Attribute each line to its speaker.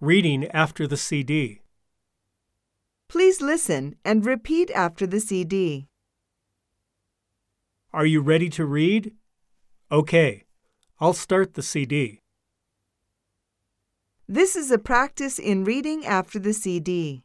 Speaker 1: Reading after the CD.
Speaker 2: Please listen and repeat after the CD.
Speaker 1: Are you ready to read? Okay. I'll start the CD.
Speaker 2: This is a practice in reading after the CD.